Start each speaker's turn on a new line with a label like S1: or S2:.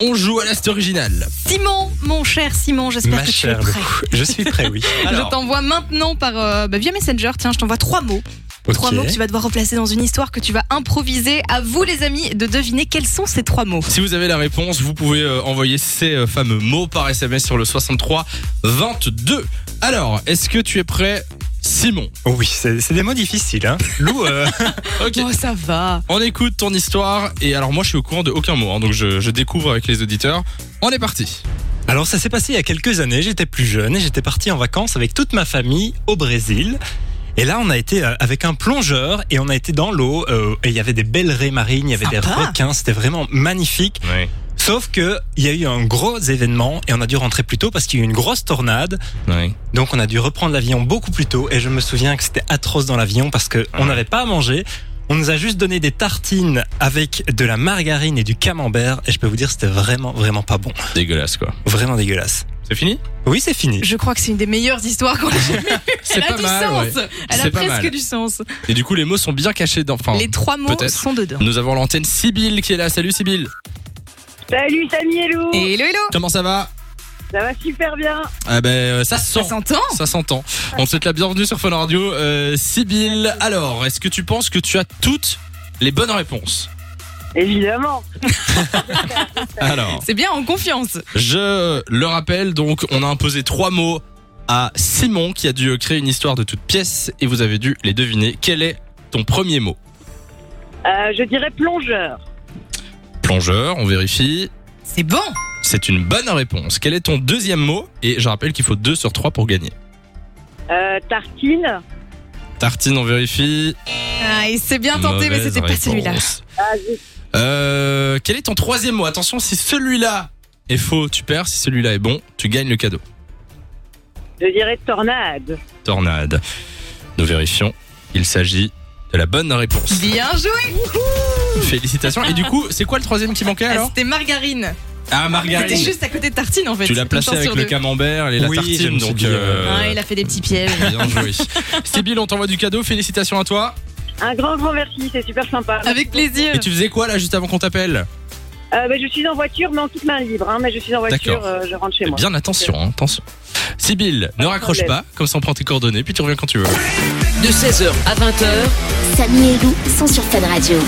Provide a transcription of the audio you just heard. S1: On joue à l'ast original.
S2: Simon, mon cher Simon, j'espère
S3: Ma
S2: que tu es
S3: chère
S2: prêt.
S3: Lou, je suis prêt, oui.
S2: Je t'envoie maintenant par euh, bah, via Messenger. Tiens, je t'envoie trois mots, trois
S3: Ok.
S2: mots que tu vas devoir replacer dans une histoire que tu vas improviser. À vous, les amis, de deviner quels sont ces trois mots.
S1: Si vous avez la réponse, vous pouvez euh, envoyer ces euh, fameux mots par SMS sur le 63 22. Alors, est-ce que tu es prêt, Simon
S3: Oh oui, c'est c'est des mots difficiles. Hein. Lou, euh,
S1: Ok.
S2: Oh, ça va.
S1: On écoute ton histoire et alors moi je suis au courant de aucun mot, hein, donc je, je découvre avec les auditeurs. On est parti.
S3: alors ça s'est passé il y a quelques années, j'étais plus jeune et j'étais parti en vacances avec toute ma famille au Brésil. Et là, on a été euh, avec un plongeur et on a été dans l'eau. euh, et il y avait des belles raies marines, il y avait des
S2: Sympa.
S3: requins, c'était vraiment magnifique. Sauf que il y a eu un gros événement et on a dû rentrer plus tôt parce qu'il y a eu une grosse tornade. Donc on a dû reprendre l'avion beaucoup plus tôt et je me souviens que c'était atroce dans l'avion parce que on n'avait pas à manger. On nous a juste donné des tartines avec de la margarine et du camembert et je peux vous dire c'était vraiment vraiment pas bon,
S1: Dégueulasse quoi.
S3: vraiment dégueulasse.
S1: C'est fini
S3: Oui c'est fini.
S2: Je crois que c'est une des meilleures histoires qu'on a jamais.
S1: C'est
S2: Elle a
S1: pas
S2: du
S1: mal. ouais.
S2: sens. Elle a
S1: C'est pas
S2: presque
S1: mal.
S2: du sens.
S1: Et du coup les mots sont bien cachés dans. Enfin,
S2: les trois mots
S1: peut-être. Oh,
S2: sont dedans.
S1: nous avons l'antenne Sybille qui est là. Salut Sybille.
S4: Salut Samy et Lou
S2: Hello, hello.
S1: Comment ça va
S4: Ça va super bien
S1: Ah ben euh, ça se
S2: Ça
S1: sent.
S2: s'entend
S1: Ça s'entend. On te souhaite la bienvenue sur Fun Radio. Euh, Sybille, alors, est-ce que tu penses que tu as toutes les bonnes réponses
S4: Évidemment
S1: Alors,
S2: C'est bien en confiance.
S1: je le rappelle, donc, on a imposé trois mots à Simon qui a dû créer une histoire de toute pièce et vous avez dû les deviner. Quel est ton premier mot
S4: Euh, Je dirais plongeur.
S1: Plongeur, on vérifie.
S2: C'est bon.
S1: C'est une bonne réponse. Quel est ton deuxième mot Et je rappelle qu'il faut 2 sur 3 pour gagner.
S4: Euh, tartine
S1: Tartine, on vérifie.
S2: Ah, et c'est bien tenté, mais
S1: Mauvaise
S2: c'était pas
S1: réponse.
S2: celui-là.
S4: Ah, zut.
S1: Euh, quel est ton troisième mot Attention, si celui-là est faux, tu perds. Si celui-là est bon, tu gagnes le cadeau.
S4: Je dirais tornade.
S1: Tornade. Nous vérifions. Il s'agit de la bonne réponse.
S2: Bien joué.
S1: Félicitations. Et du coup, c'est quoi le troisième qui manquait
S2: Ah,
S1: alors
S2: C'était margarine.
S1: Ah,
S2: C'était
S1: margarine.
S2: juste à côté de tartine en fait.
S1: Tu l'as
S2: Une
S1: placé
S2: chance
S1: avec
S2: sur
S1: le
S2: deux.
S1: camembert et la
S3: Oui, je
S1: tartine.
S3: me suis
S1: Donc,
S3: dit,
S1: euh,
S2: Ouais, Ah, il a fait des petits pièges.
S1: bien joué. Sybille, on t'envoie du cadeau. Félicitations à toi.
S4: Un grand grand merci, c'est super sympa.
S2: Avec plaisir.
S1: Et tu faisais quoi là juste avant qu'on t'appelle
S4: Euh, bah, je suis en voiture, mais en toute main libre. hein, mais je suis en voiture,
S1: D'accord.
S4: euh, je rentre chez moi.
S1: Bien attention, hein, attention. Sybille, ne raccroche pas.
S4: problème.
S1: Comme ça, on prend tes coordonnées. Puis tu reviens quand tu veux.
S5: de 16h à 20h.
S6: Samy et Lou sont sur Fun Radio.